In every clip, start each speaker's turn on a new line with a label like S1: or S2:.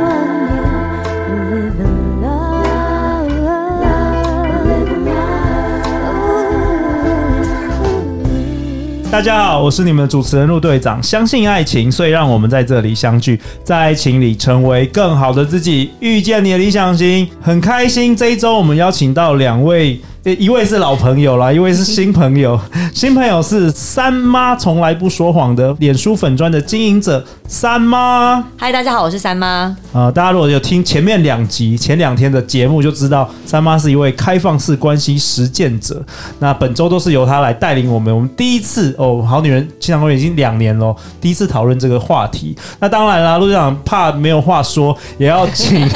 S1: love you, live in love, live in love.
S2: 大家好，我是你们的主持人陆队长。相信爱情，所以让我们在这里相聚，在爱情里成为更好的自己，遇见你的理想型。很开心，这一周我们邀请到两位，呃一位是老朋友啦，一位是新朋友。 新朋友是三妈从来不说谎的脸书粉砖的经营者三妈。
S3: 嗨，大家好，我是三妈。
S2: 呃，大家如果有听前面两集、前两天的节目，就知道三妈是一位开放式关系实践者。那本周都是由她来带领我们。我们第一次哦，好女人情场攻略已经两年喽，第一次讨论这个话题。那当然啦，陆队长怕没有话说，也要 请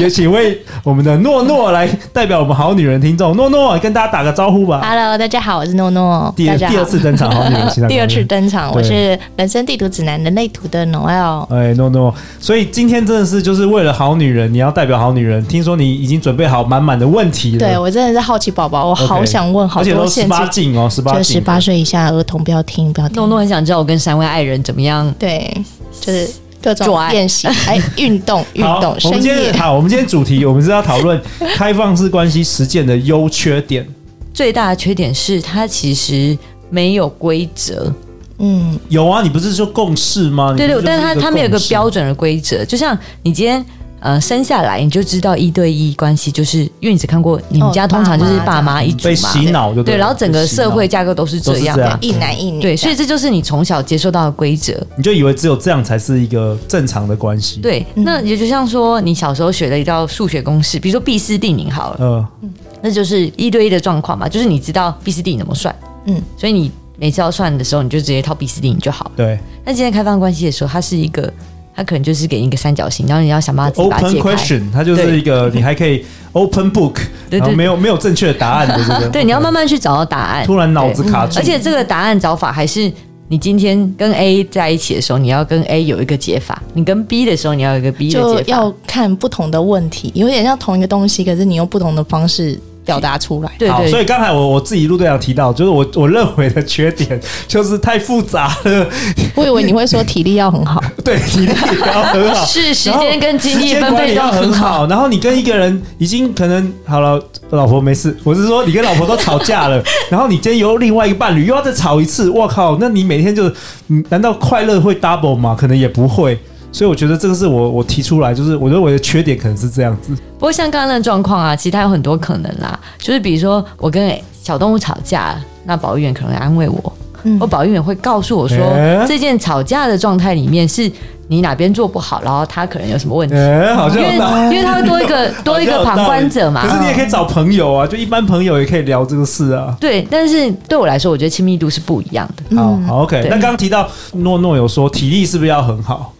S2: 也请为我们的诺诺来代表我们好女人听众。诺诺跟大家打个招呼吧。
S4: Hello，大家好，我是诺诺。
S2: 第
S4: 大家好
S2: 第二次登场，好女人 情场攻略
S4: 第二次登场，
S2: 对
S4: 我是人生地图指南人类图的 Noel。
S2: 哎，no no，所以今天真的是就是为了好女人，你要代表好女人。听说你已经准备好满满的问题了，
S4: 对我真的是好奇宝宝，我
S2: OK
S4: 好想问好
S2: 而且
S4: 多
S2: 都十
S4: 陷
S2: 八
S4: 阱。
S2: 禁哦，十八
S4: 就
S2: 禁，
S4: 十八岁以下的儿童不要听，不要听。
S3: 诺诺很想知道我跟三位爱人怎么样，
S4: 对，就是各种
S3: 做爱
S4: 练习， 哎，运动，运
S2: 好，
S4: 动，
S2: 我们
S4: 深
S2: 今
S4: 夜
S2: 天。好，我们今天主题我们是要讨论开放式关系实践的优缺点。
S3: 最大的缺点是它其实没有规则。
S4: 嗯，
S2: 有啊，你不是说共识吗？
S3: 对
S2: 你
S3: 对
S2: 不，嗯是
S3: 但是它
S2: 说
S3: 它没有一个
S2: 共识
S3: 标准的规则，就像你今天。呃，生下来你就知道一对一关系，就是因为你只看过你们
S4: 哦
S3: 家通常就是爸
S4: 爸妈
S3: 妈啊一组
S2: 被
S3: 嘛，
S2: 洗脑就
S3: 对，
S2: 了
S3: 然后整个
S2: 被洗脑
S3: 社会架构都是这样
S2: 都是这样
S3: 的，
S4: 一男一女。啊
S3: 对，所以这就是你从小接受到的规则。
S2: 你就以为只有这样才是一个正常的关系。，
S3: 对，
S4: 嗯
S3: 那也就像说你小时候学的一道数学公式，比如说毕氏定理好了，
S2: 呃，
S3: 那就是一对一的状况嘛，就是你知道毕氏定理怎么算，嗯
S4: 嗯，
S3: 所以你每次要算的时候，你就直接套毕氏定理就好了。
S2: 对
S3: 那今天开放关系的时候，它是一个，它可能就是给你一个三角形，然后你要想办法自己把它
S2: ，open
S3: 解开。
S2: question，它就是一 个你还可以 open book，
S3: 对对
S2: 然后没有没有正确的答案的 这个。
S3: 对，你要慢慢去找到答 案。
S2: 突然脑子卡住
S3: 而，且这个答案找法还是你今天跟 A 在一起的时候，你要跟 A 有一个解法；你跟 B 的时候，你要有一个 B 的
S4: 就
S3: 解法。
S4: 要看不同的问题，有点像同一个东西，可是你用不同的方式表达 出来。
S3: 对
S2: 好，
S3: 对
S2: 所以刚才我我自己陆队长提到，就是我我认为的缺点就是太复杂了，
S4: 我以为你会说体力要很好，
S2: 对体力也要很好，
S3: 是时
S2: 然后
S3: 间跟精
S2: 时
S3: 力
S2: 间
S3: 分
S2: 管理
S3: 配都
S2: 要很
S3: 好。
S2: 好。然后你跟一个人已经可能好了，老婆没 事，我是说你跟老婆都吵架了，然后你今天有另外一个伴侣又要再吵一次，我靠，那你每天就，嗯难道快乐会 double 吗？可能也不会。所以我觉得这个是我我提出来，就是我认为的缺点可能是这样子。
S3: 不过像刚刚那个状况啊，其实它有很多可能啦，就是比如说我跟小动物吵架，那保育员可能来安慰我，
S4: 嗯
S3: 或保育员会告诉我说、
S2: 诶
S3: 这件吵架的状态里面是你哪边做不好，然后他可能有什么问题。
S2: 哎、好
S3: 因
S2: 像
S3: 为
S2: 有道
S3: 因为他会多 一个多一个旁观者嘛
S2: 可，是你也可以找朋友啊，就一般朋友也可以聊这个事啊。
S3: 对。但是对我来说，我觉得亲密度是不一样的。
S2: 好好，OK
S3: 嗯对。
S2: 那刚刚提到诺诺有说体力是不是要很好？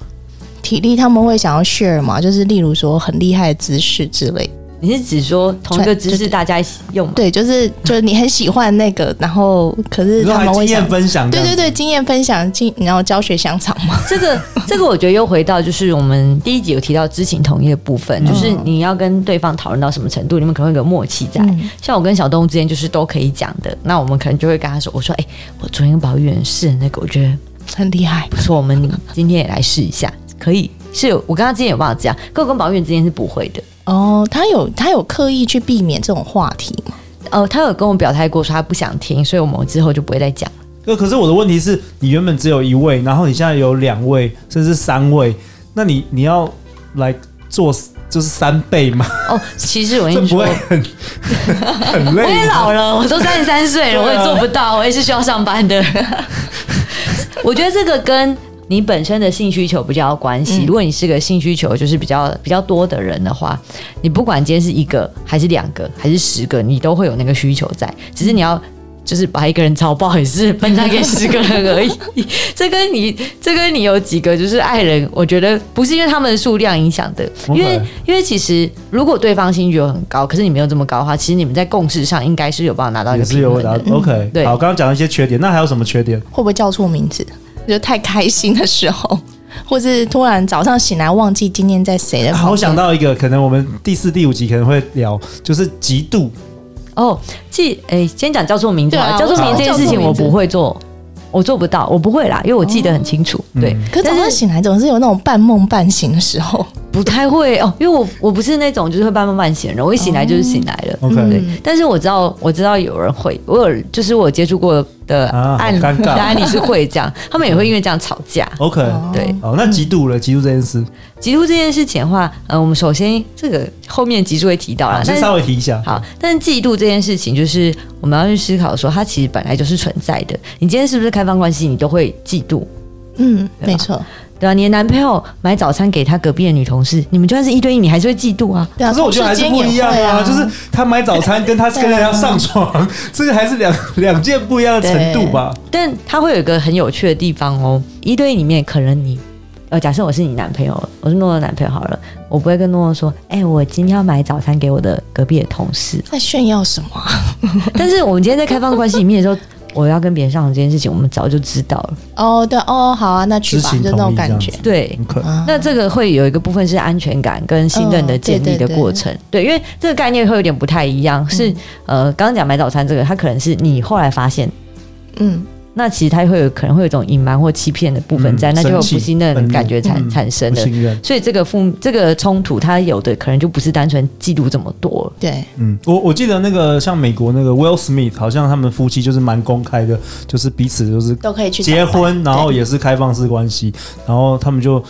S4: 体力他们会想要 share 嘛，就是例如说很厉害的姿势之类的。
S3: 你是指说同一个姿势大家一起用吗？
S4: 对，就是就是你很喜欢那个，然后可是
S2: 你说
S4: 他
S2: 还
S4: 们
S2: 经
S4: 会想
S2: 验，分享这
S4: 对
S2: 样子？
S4: 对对，经验分享，经然后教学相长嘛，
S3: 这个这个，我觉得又回到就是我们第一集有提到知情同意的部
S2: 嗯
S3: 分，就是你要跟对方讨论到什么程度，你们可能会有个默契在。
S2: 嗯
S3: 像我跟小动物之间就是都可以讲的，那我们可能就会跟他说：“我说，哎、我昨天保育员试的那个，我觉得
S4: 很厉害。
S3: 不错，我们今天也来试一下，可以。”是有我跟他之间有办法这样，可我跟保育员之间是不会的。
S4: 哦，他有他有刻意去避免这种话题嘛？
S3: 呃，他有跟我表态过说他不想听，所以我们之后就不会再讲。
S2: 对，可是我的问题是你原本只有一位，然后你现在有两位，甚至三位，那你你要来做就是三倍吗？
S3: 哦，其实我
S2: 这
S3: 跟
S2: 不
S3: 你说
S2: 会， 很很
S3: 我
S2: 累吗？
S3: 也老了，我都三十三岁了，我
S2: 对啊
S3: 也做不到，我也是需要上 班的。我觉得这个跟你本身的性需求比较有关
S2: 嗯
S3: 系。如果你是个性需求就是比较比较多的人的话，你不管今天是一个还是两个还是十个，你都会有那个需求在，只是你要。就是把一个人超爆也是分担给十个人而已，这跟你这跟你有几个就是爱人，我觉得不是因为他们的数量影响的，因
S2: OK
S3: 为因为其实如果对方兴趣很高，可是你没有这么高的话，其实你们在共识上应该是有办法拿到一
S2: 也
S3: 个
S2: 是
S3: 平
S2: 有
S3: 衡
S2: 答
S3: 的。
S2: OK，
S3: 对
S2: 好，刚刚讲了一些缺点，那还有什么缺点？
S4: 会不会叫错名字？就太开心的时候， 或是突然早上醒来忘记今天在谁的房间。
S2: 啊好想到一个，可能我们第四、第五集可能会聊，就是极度
S3: 哦，记诶，先讲叫错名字好了，
S4: 对
S3: 叫
S4: 啊
S3: 错名字这件事情
S4: 我
S3: 我不会做，我做不到，我不会啦，因为我记得很清楚，对，
S4: 可是早
S3: 但
S4: 上
S3: 是
S4: 醒来总是有那种半梦半醒的时 候。
S3: 不太会哦，因为我我不是那种就是会半梦半醒的人，我一醒来就是醒来了。
S2: 哦 OK，、
S4: 嗯
S3: 但是我知道，我知道有人会，我有就是我接触过的
S2: 啊
S3: 案例
S2: 好尴尬
S3: 的案例是会 这样，他们也会因为这样吵架。
S2: OK，
S4: 哦
S3: 对
S2: 哦，那极度了，极度这件
S3: 嗯
S2: 事，
S3: 极度这件事情的话，呃，我们首先这个后面极度会提到啦
S2: 好，
S3: 但
S2: 先
S3: 是
S2: 啊稍微提一下。
S3: 好，但是嫉妒这件事情，就是我们要去思考说，它其实本来就是存在的。你今天是不是开放关系，你都会嫉妒，
S4: 嗯，
S3: 对吧
S4: 没错。
S3: 对吧、啊你的男朋友买早餐给他隔壁的女同事，你们就算是一对一，你还是会嫉妒啊。
S4: 对啊，
S2: 可是我觉得还是不一样
S4: 同事间也会啊，
S2: 就是他买早餐 跟他跟人
S3: 啊
S2: 家上床，这个还是两两件不一样的程度吧。
S3: 但它会有一个很有趣的地方哦，一对一里面可能你。呃，假设我是你男朋友，我是诺诺男朋友好了，我不会跟诺诺说，哎、我今天要买早餐给我的隔壁的同事，
S4: 在炫耀什么啊？
S3: 但是我们今天在开放关系里面的时候，我要跟别人上床这件事情，我们早就知道 了。
S4: 哦，对哦，好啊，那去吧，
S2: 知情
S4: 就那
S2: 同
S4: 种
S2: 意
S4: 感觉
S2: 这。
S3: 对，
S2: OK，
S4: 啊
S3: 那这个会有一个部分是安全感跟信任的建立的过程，
S2: 嗯
S3: 对，因为这个概念会有点不太一样。是、呃，刚刚讲买早餐这个，它可能是你后来发现，
S4: 嗯，
S3: 那其实它会有可能会有一种隐瞒或欺骗的部分在，
S2: 嗯
S3: 那就有
S2: 生气
S3: 不信任的感觉
S2: 愤怒
S3: 产
S2: 嗯
S3: 产生
S2: 不
S3: 的。
S2: 信任。
S3: 所以这个负这个冲突，它有的可能就不是单纯嫉妒这么多了。
S4: 对，
S2: 嗯，我我记得那个像美国那个 Will Smith，好像他们夫妻就是蛮公开的，就是彼此就是
S4: 都可以去
S2: 结
S4: 找吧
S2: 婚，然后
S4: 对
S2: 也是开放式关系，然后他们就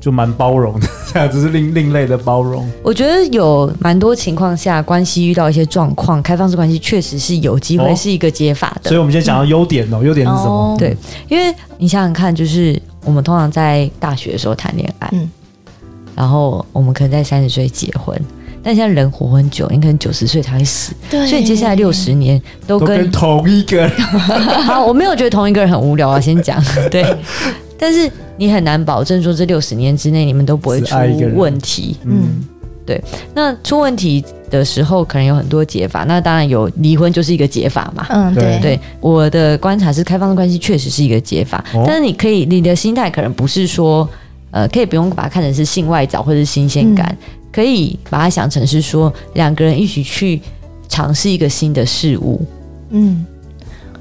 S2: 就蛮包容的， 这样只是另另类的包容。
S3: 我觉得有蛮多情况下，关系遇到一些状况，开放式关系确实是有机会
S2: 哦
S3: 是一个解法的。
S2: 所以我们今天讲到优点哦，优点是什么？
S4: 哦
S3: 对因为你想想看，就是我们通常在大学的时候谈恋爱，
S4: 嗯
S3: 然后我们可能在三十岁结婚，但现在人活很久，你可能九十岁才会死，
S4: 对，
S3: 所以接下来六十年都
S2: 都跟
S3: 跟
S2: 同一个人
S3: 好，我没有觉得同一个人很无聊啊，先讲 对，但是你很难保证说这六十年之内你们都不会
S2: 只
S3: 出
S2: 爱一个人
S3: 问题。
S2: 嗯
S4: 嗯，
S3: 那出问题的时候，可能有很多解法，那当然有离婚就是一个解法嘛。
S4: 嗯，
S2: 对
S4: 对
S3: 对我的观察是，开放的关系确实是一个解法，
S2: 哦
S3: 但是你可以，你的心态可能不是说，呃，可以不用把它看成是性外找或者是新鲜感，可以把它想成是说两个人一起去尝试一个新的事物。
S4: 嗯，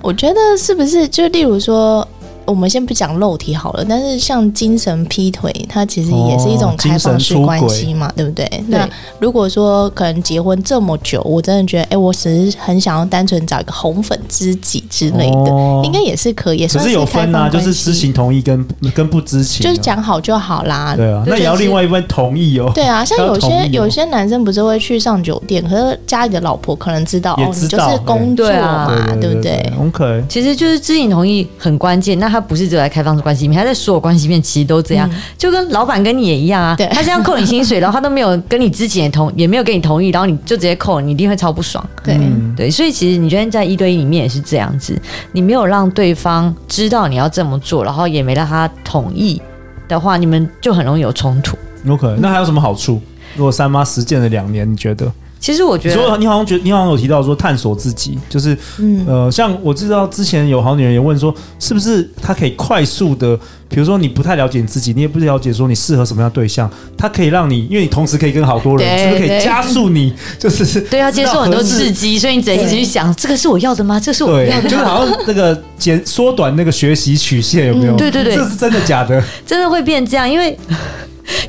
S4: 我觉得是不是就例如说，我们先不讲肉体好了，但是像精神劈腿，它其实也是一种
S2: 哦
S4: 开放
S2: 精
S4: 式
S2: 神出
S4: 关
S2: 轨
S4: 系嘛，对哦不对？那如果说可能结婚这么久，我真的觉得，哎、我只是很想要单纯找一个红粉知己之类的，
S2: 哦
S4: 应该也是可以，也
S2: 可
S4: 算
S2: 是有分啊，
S4: 啊，
S2: 就是知，情同意跟跟不知情啊、
S4: 就是讲好就好啦。
S2: 对啊，
S4: 就
S2: 那也要
S4: 是
S2: 另外一份同意哦。
S4: 对啊，像有
S2: 要同
S4: 些
S2: 意哦
S4: 有些男生不是会去上酒店，可是家里的老婆可能知道，
S2: 也
S4: 哦，
S2: 知
S4: 你就
S2: 道
S4: 是工作
S3: 对啊
S4: 嘛，对不对？
S2: ？OK，
S3: 其实就是知情同意很关键，那它不是只有在开放式关系里面，它在所有关系里面其实都这样，就跟老板跟你也一样啊，
S4: 对
S3: 他现在扣你薪水，然后他都没有跟你之前也同，也没有跟你同意，然后你就直接扣，你一定会超不爽。
S4: 对，
S2: 嗯，
S3: 对，所以其实你觉得在一对一里面也是这样子，你没有让对方知道你要这么做，然后也没让他同意的话，你们就很容易有冲突。
S2: OK，那还有什么好处？如果三妈实践了两年，你觉得？
S3: 其实我
S2: 你
S3: 觉得
S2: 说你好像觉得，你好像有提到说探索自己，就是
S4: 嗯。
S2: 呃，像我知道之前有好女人也问说，是不是她可以快速的，比如说你不太了解你自己，你也不了解说你适合什么样的对象，她可以让你，因为你同时可以跟好多人，
S4: 对
S2: 是不是可以
S4: 对
S2: 加速你就是
S3: 对啊要接受很多刺
S2: 激？
S3: 激，所以你只能一直去想，这个是我要的吗？这是我
S2: 对
S3: 要，的
S2: 就是
S3: 吗？
S2: 好像那个减缩短那个学习曲线有没有？
S3: 嗯对对对
S2: 这是真的假的？
S3: 真的会变这样，因为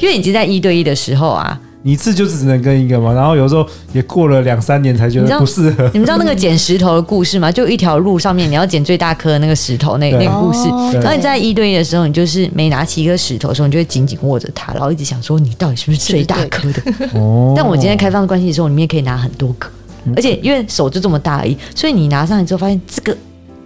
S3: 因为你已经在一对一的时候啊，
S2: 你一次就只能跟一个嘛，然后有时候也过了两三年才觉
S3: 你知
S2: 得
S3: 道
S2: 不适合。
S3: 你们知道那个捡石头的故事吗？就一条路上面你要捡最大颗的那个石头那
S2: 对
S3: 那个故事。
S4: 哦
S2: 对
S3: 然后你在一对一的时候，你就是每拿起一颗石头的时候，你就会紧紧握着它，然后一直想说你到底是不是最大颗的？
S2: 哦
S3: 但我今天开放关系的时候，你们也可以拿很多个，而且因为手就这么大而已，所以你拿上来之后发现这个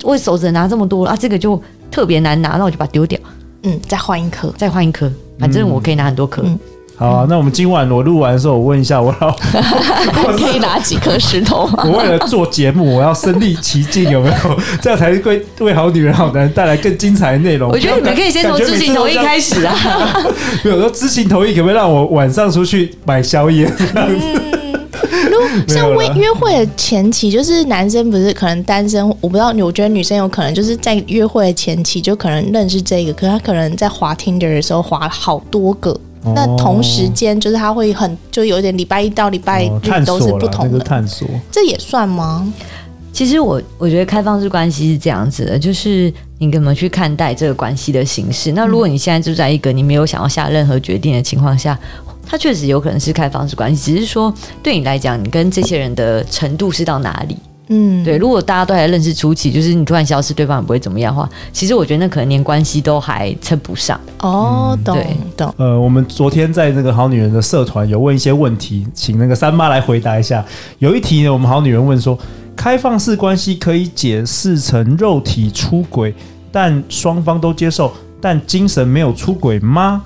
S3: 我手只能拿这么多啊，这个就特别难拿，那我就把它丢掉，
S4: 嗯，再换一颗。
S3: 再换一颗，反正我可以拿很多颗。
S4: 嗯
S2: 好啊、那我们今晚我录完的时候，我问一下我老，
S4: 可以拿几颗石头 吗？
S2: 我为了做节目，我要身临其境，有没有？这样才会为好女人、好男人带来更精彩的内容。
S3: 我觉得你们可以先从知情同意开
S2: 始，
S3: 始 啊，
S2: 没有说知情同意，可不可以让我晚上出去买宵夜？
S4: 嗯， 如果像
S2: 没有
S4: 约
S2: 啦
S4: 约会的前期，就是男生不是可能单身，我不知道，我觉得女生有可能就是在约会的前期就可能认识这个，可是他可能在滑 Tinder 的时候滑好多个。
S2: 哦
S4: 那同时间就是他会很就有点礼拜一到礼拜
S2: 哦
S4: 日
S2: 探
S4: 都是
S2: 索
S4: 不
S2: 了，那
S4: 同
S2: 个
S4: 的，
S2: 探索
S4: 这也算吗？
S3: 其实我我觉得开放式关系是这样子的，就是你怎么去看待这个关系的形式。那如果你现在就在一个你没有想要下任何决定的情况下，它确实有可能是开放式关系，只是说对你来讲，你跟这些人的程度是到哪里？
S4: 嗯，
S3: 对，如果大家都还认识初期，就是你突然消失，对方也不会怎么样的话，其实我觉得那可能连关系都还称不上。
S4: 哦，懂
S3: 嗯对
S4: 懂，
S2: 呃，我们昨天在那个好女人的社团有问一些问题，请那个三妈来回答一下。有一题呢，我们好女人问说，开放式关系可以解释成肉体出轨，但双方都接受，但精神没有出轨吗？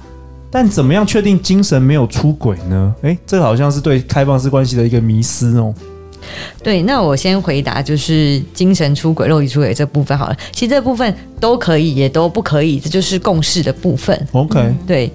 S2: 但怎么样确定精神没有出轨呢？诶，这好像是对开放式关系的一个迷思哦。
S3: 对，那我先回答就是精神出轨、肉体出轨这部分好了。其实这部分都可以，也都不可以，这就是共识的部分。
S2: OK，、
S3: 嗯对，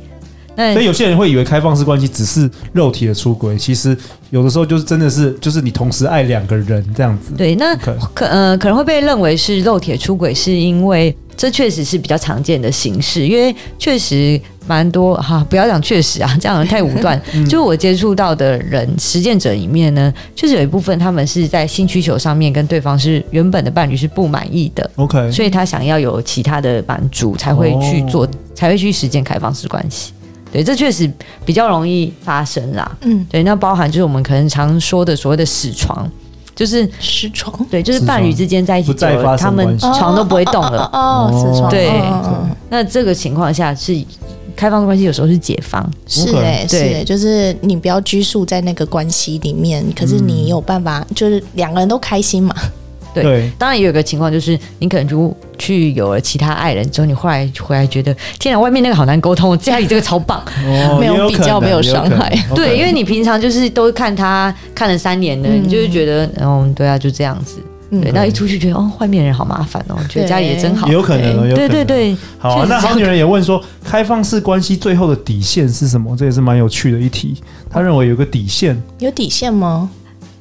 S3: 那
S2: 所以有些人会以为开放式关系只是肉体的出轨，其实有的时候就是真的是就是你同时爱两个人这样子。
S3: 对，那
S2: OK
S3: 可呃可能会被认为是肉体出轨，是因为这确实是比较常见的形式，因为确实蛮多哈、不要讲确实啊，这样太武 断。
S2: 嗯
S3: 就是我接触到的人，实践者里面呢，确实有一部分他们是在性需求上面跟对方是原本的伴侣是不满意的，
S2: OK，
S3: 所以他想要有其他的满足，才会去做，
S2: 哦
S3: 才会去实践开放式关系。对，这确实比较容易发生啦。
S4: 嗯，
S3: 对，那包含就是我们可能常说的所谓的死床，就是
S4: 失床
S3: 对，就是伴侣之间在一起
S2: 不
S3: 久
S2: 再
S3: 了，
S2: 发生
S3: 他们
S2: 关系
S3: 床都不会动了。
S4: 哦，哦
S2: 哦
S4: 死床
S3: 对
S4: 嗯嗯嗯
S3: 那这个情况下是开放关系，有时候是解放。
S4: 是
S2: OK，
S4: 哎、是
S3: 对
S4: 哎、就是你不要拘束在那个关系里面，可是你有办法，
S3: 嗯
S4: 就是两个人都开心嘛。
S3: 对
S2: 对
S3: 当然也有一个情况就是，你可能就去有了其他爱人之后，你后来回来觉得，天哪，外面那个好难沟通，家里这个超棒。
S2: 哦
S4: 没有
S2: 也有
S4: 比
S2: 可
S4: 较
S2: 能
S4: 没有
S2: 也
S4: 伤
S2: 可能
S4: 害
S2: OK
S3: 对，因为你平常就是都看他看了三年的，你就会觉得，嗯，对啊，就这样子。
S4: 嗯
S3: 对，那一出去觉得，哦，外面人好麻烦哦，觉得家里也真好
S2: 也。有可能哦，有可
S3: 对
S2: 能
S3: 对。对，
S2: 好啊、
S3: 确实
S2: 那
S3: 是
S2: 好女人也问说，开放式关系最后的底线是什么？这也是蛮有趣的一题。她认为有个底线，
S4: 有底线吗？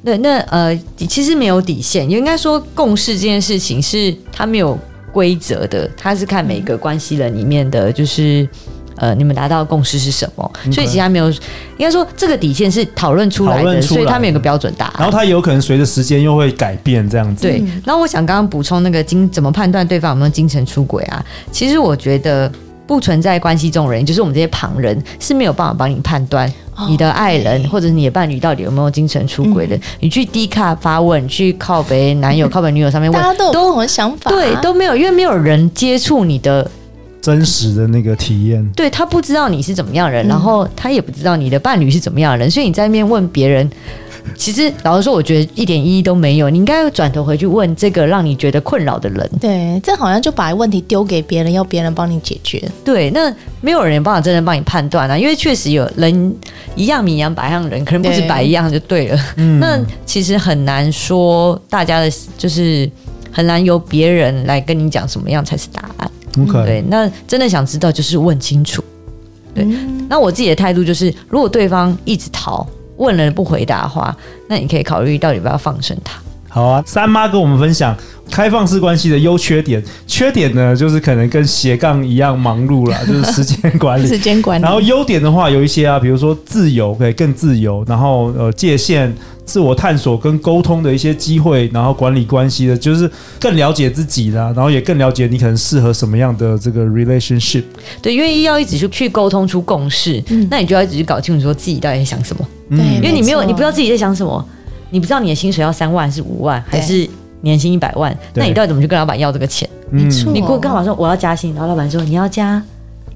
S3: 对，那呃，其实没有底线，也应该说共识这件事情是它没有规则的，它是看每个关系人里面的，就是呃，你们达到的共识是什么。所以其实它没有，应该说这个底线是讨论出来
S2: 嗯
S3: 的，
S2: 讨论出来
S3: 所以它没有一个标准答
S2: 然
S3: 案
S2: 后。嗯她也有可能随着时间又会改变这样子。
S3: 对，然后我想刚刚补充那个精怎么判断对方有没有精神出轨啊？其实我觉得不存在关系中人，也就是我们这些旁人是没有办法帮你判断
S4: 哦嗯
S3: 你的爱人或者你的伴侣到底有没有精神出轨的。你去 D 卡发问，去靠北 男友、靠北女友上面
S4: 大家
S3: 问，
S4: 都有不同的想法、
S3: 对都没有，因为没有人接触你的，
S2: 真实的那个体验，
S3: 对他不知道你是怎么样
S4: 嗯
S3: 的人，然后他也不知道你的伴侣是怎么样的人，所以你在那边问别人。其实，老实说，我觉得一点意义都没有。你应该转头回去问这个让你觉得困扰的人，
S4: 对，这好像就把问题丢给别人，要别人帮你解决。
S3: 对，那没有人有办法真的帮你判断啊，因为确实有人一样米养百样人，可能不止
S4: 对
S3: 百样就对了。 那其实很难说大家的，就是很难由别人来跟你讲什么样才是答案。
S2: 很可能。
S3: 对，那真的想知道就是问清楚。对，那我自己的态度就是，如果对方一直逃，问了不回答的话，那你可以考虑到底要不要放生他。
S2: 好啊，三妈跟我们分享开放式关系的优缺点。缺点呢，就是可能跟斜杠一样忙碌啦，就是时间管理。
S4: 时间管理，
S2: 然后优点的话有一些啊，比如说自由，可以更自由，然后呃界限、自我探索跟沟通的一些机会，然后管理关系的，就是更了解自己啦，然后也更了解你可能适合什么样的这个 relationship。
S3: 对，因为要一直去去沟通出共识，那你就要一直去搞清楚说自己到底在想什么。
S4: 对
S3: 嗯因为你没有，
S4: 没错
S3: 你不知道自己在想什么，你不知道你的薪水要三万还是五万，还
S4: 对哦
S3: 是年薪一百万，
S2: 对
S3: 那你到底怎么去跟老板要这个钱？
S4: 没错，
S3: 你跟我跟老板说我要加薪，然后老板说你要加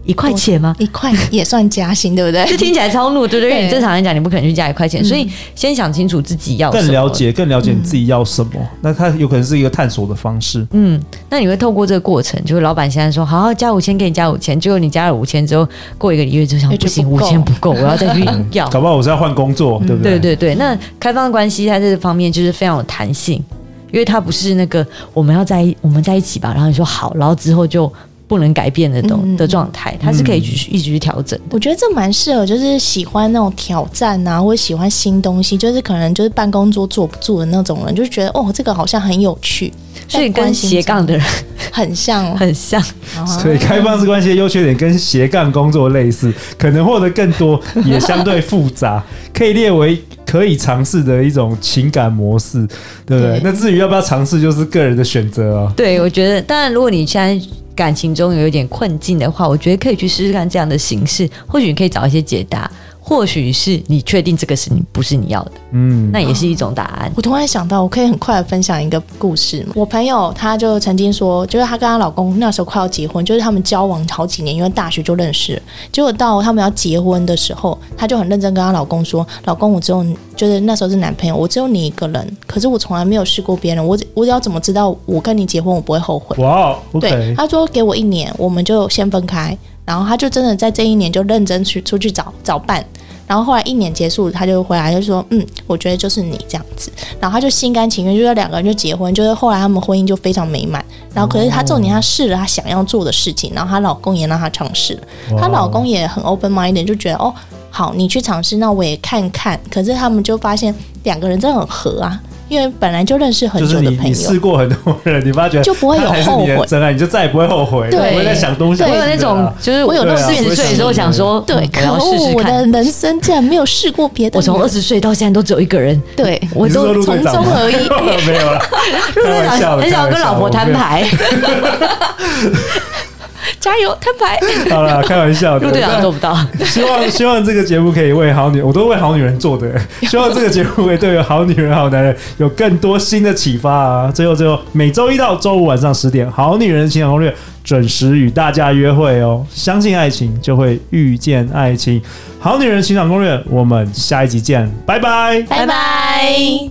S3: 一块钱吗？
S4: 一块也算加薪，对不 对？
S3: 这听起来超怒，对不对？因为你
S4: 哦对
S3: 正常来讲，你不可能去加一块钱，所以先想清楚自己要什么
S2: 更了。解，更了解你自己要什么。那它有可能是一个探索的方式。
S3: 嗯，那你会透过这个过程，就是老板现在说好好加五千，给你加五千，结果你加了五千之后，过一个月就想
S4: 哎
S3: 不
S4: 这
S3: 行，
S4: 不
S3: 五
S4: 够
S3: 千不够，我要再去要。
S2: 搞不好我是要换工作，对不对？
S3: 对对对，那开放关系在这方面就是非常有弹性，因为它不是那个我们要在一我们在一起吧，然后你说好，然后之后就不能改变的
S4: 嗯
S3: 东
S4: 嗯
S3: 的状态，它是可以去一直去调整的。
S4: 我觉得这蛮适合，就是喜欢那种挑战啊，或者喜欢新东西，就是可能就是办公桌坐不住的那种人，就觉得哦，这个好像很有趣，
S3: 所以跟斜杠的人
S4: 很 像哦。
S3: 很像，
S2: 所以开放式关系的优缺点跟斜杠工作类似，可能获得更 多，也相对复杂，可以列为可以尝试的一种情感模式，对不对
S4: 对？
S2: 那至于要不要尝试，就是个人的选择啊。
S3: 对我觉得。当然，如果你现在感情中有一点困境的话，我觉得可以去试试看这样的形式，或许你可以找一些解答，或许是你确定这个是你不是你要的，
S2: 嗯，
S3: 那也是一种答案。
S4: 我突然想到，我可以很快的分享一个故事嘛。我朋友她就曾经说，就是她跟她老公那时候快要结婚，就是他们交往好几年，因为大学就认识了。结果到他们要结婚的时候，她就很认真跟她老公说：“老公，我只有你就是那时候是男朋友，我只有你一个人，可是我从来没有试过别人，我只我只要怎么知道我跟你结婚我不会后悔？”
S2: 哇哦
S4: 对，
S2: ，OK，
S4: 他说给我一年，我们就先分开。然后他就真的在这一年就认真去出去找找伴。然后后来一年结束，他就回来就说：“嗯，我觉得就是你这样子。”然后他就心甘情愿，就是两个人就结婚，就是后来他们婚姻就非常美满。然后可是她重点，她试了她想要做的事情，然后她老公也让她尝试了。
S2: 哇哦
S4: 她老公也很 open minded，就觉得哦，好，你去尝试，那我也看看。可是他们就发现两个人真的很合啊，因为本来就认识很
S2: 就是
S4: 久的
S2: 你
S4: 朋
S2: 你
S4: 友。
S2: 试过很多人，你发觉
S4: 就不会有
S2: 他才是
S4: 后
S2: 你的
S4: 悔
S2: 真爱你就再也不会后悔，
S4: 对
S2: 不会在想东西。
S4: 对
S3: 我有 那种，就是
S4: 我有那种
S3: 四十岁的时候想说，
S4: 对，
S3: 嗯我
S4: 可
S3: 要试
S4: 恶，
S3: 试
S4: 我的
S3: 看。
S4: 人生竟然没有试过别的
S3: 我
S4: 女人。
S3: 从二十岁到现在都只有一个人，
S4: 对，
S3: 我
S2: 你是说
S3: 都
S2: 陆队
S4: 从
S2: 长
S4: 中
S2: 吗
S4: 而 已。
S2: 没有了，开
S3: 陆队
S2: 玩笑
S3: 长
S2: 的
S3: 很少跟老婆摊。
S2: 开玩笑的
S3: 牌，
S4: 加油，摊牌！
S2: 好了，开玩笑的。
S3: 陆队
S4: 啊
S3: 长啊做不到。
S2: 希望希望这个节目可以为好女，我都为好女人做的。希望这个节目会对好女人、好男人有更多新的启发啊！最后最后，每周一到周五晚上十点，《好女人情感攻略》准时与大家约会哦。相信爱情，就会遇见爱情。好女人情感攻略，我们下一集见，拜拜。
S4: 拜拜
S3: 拜拜。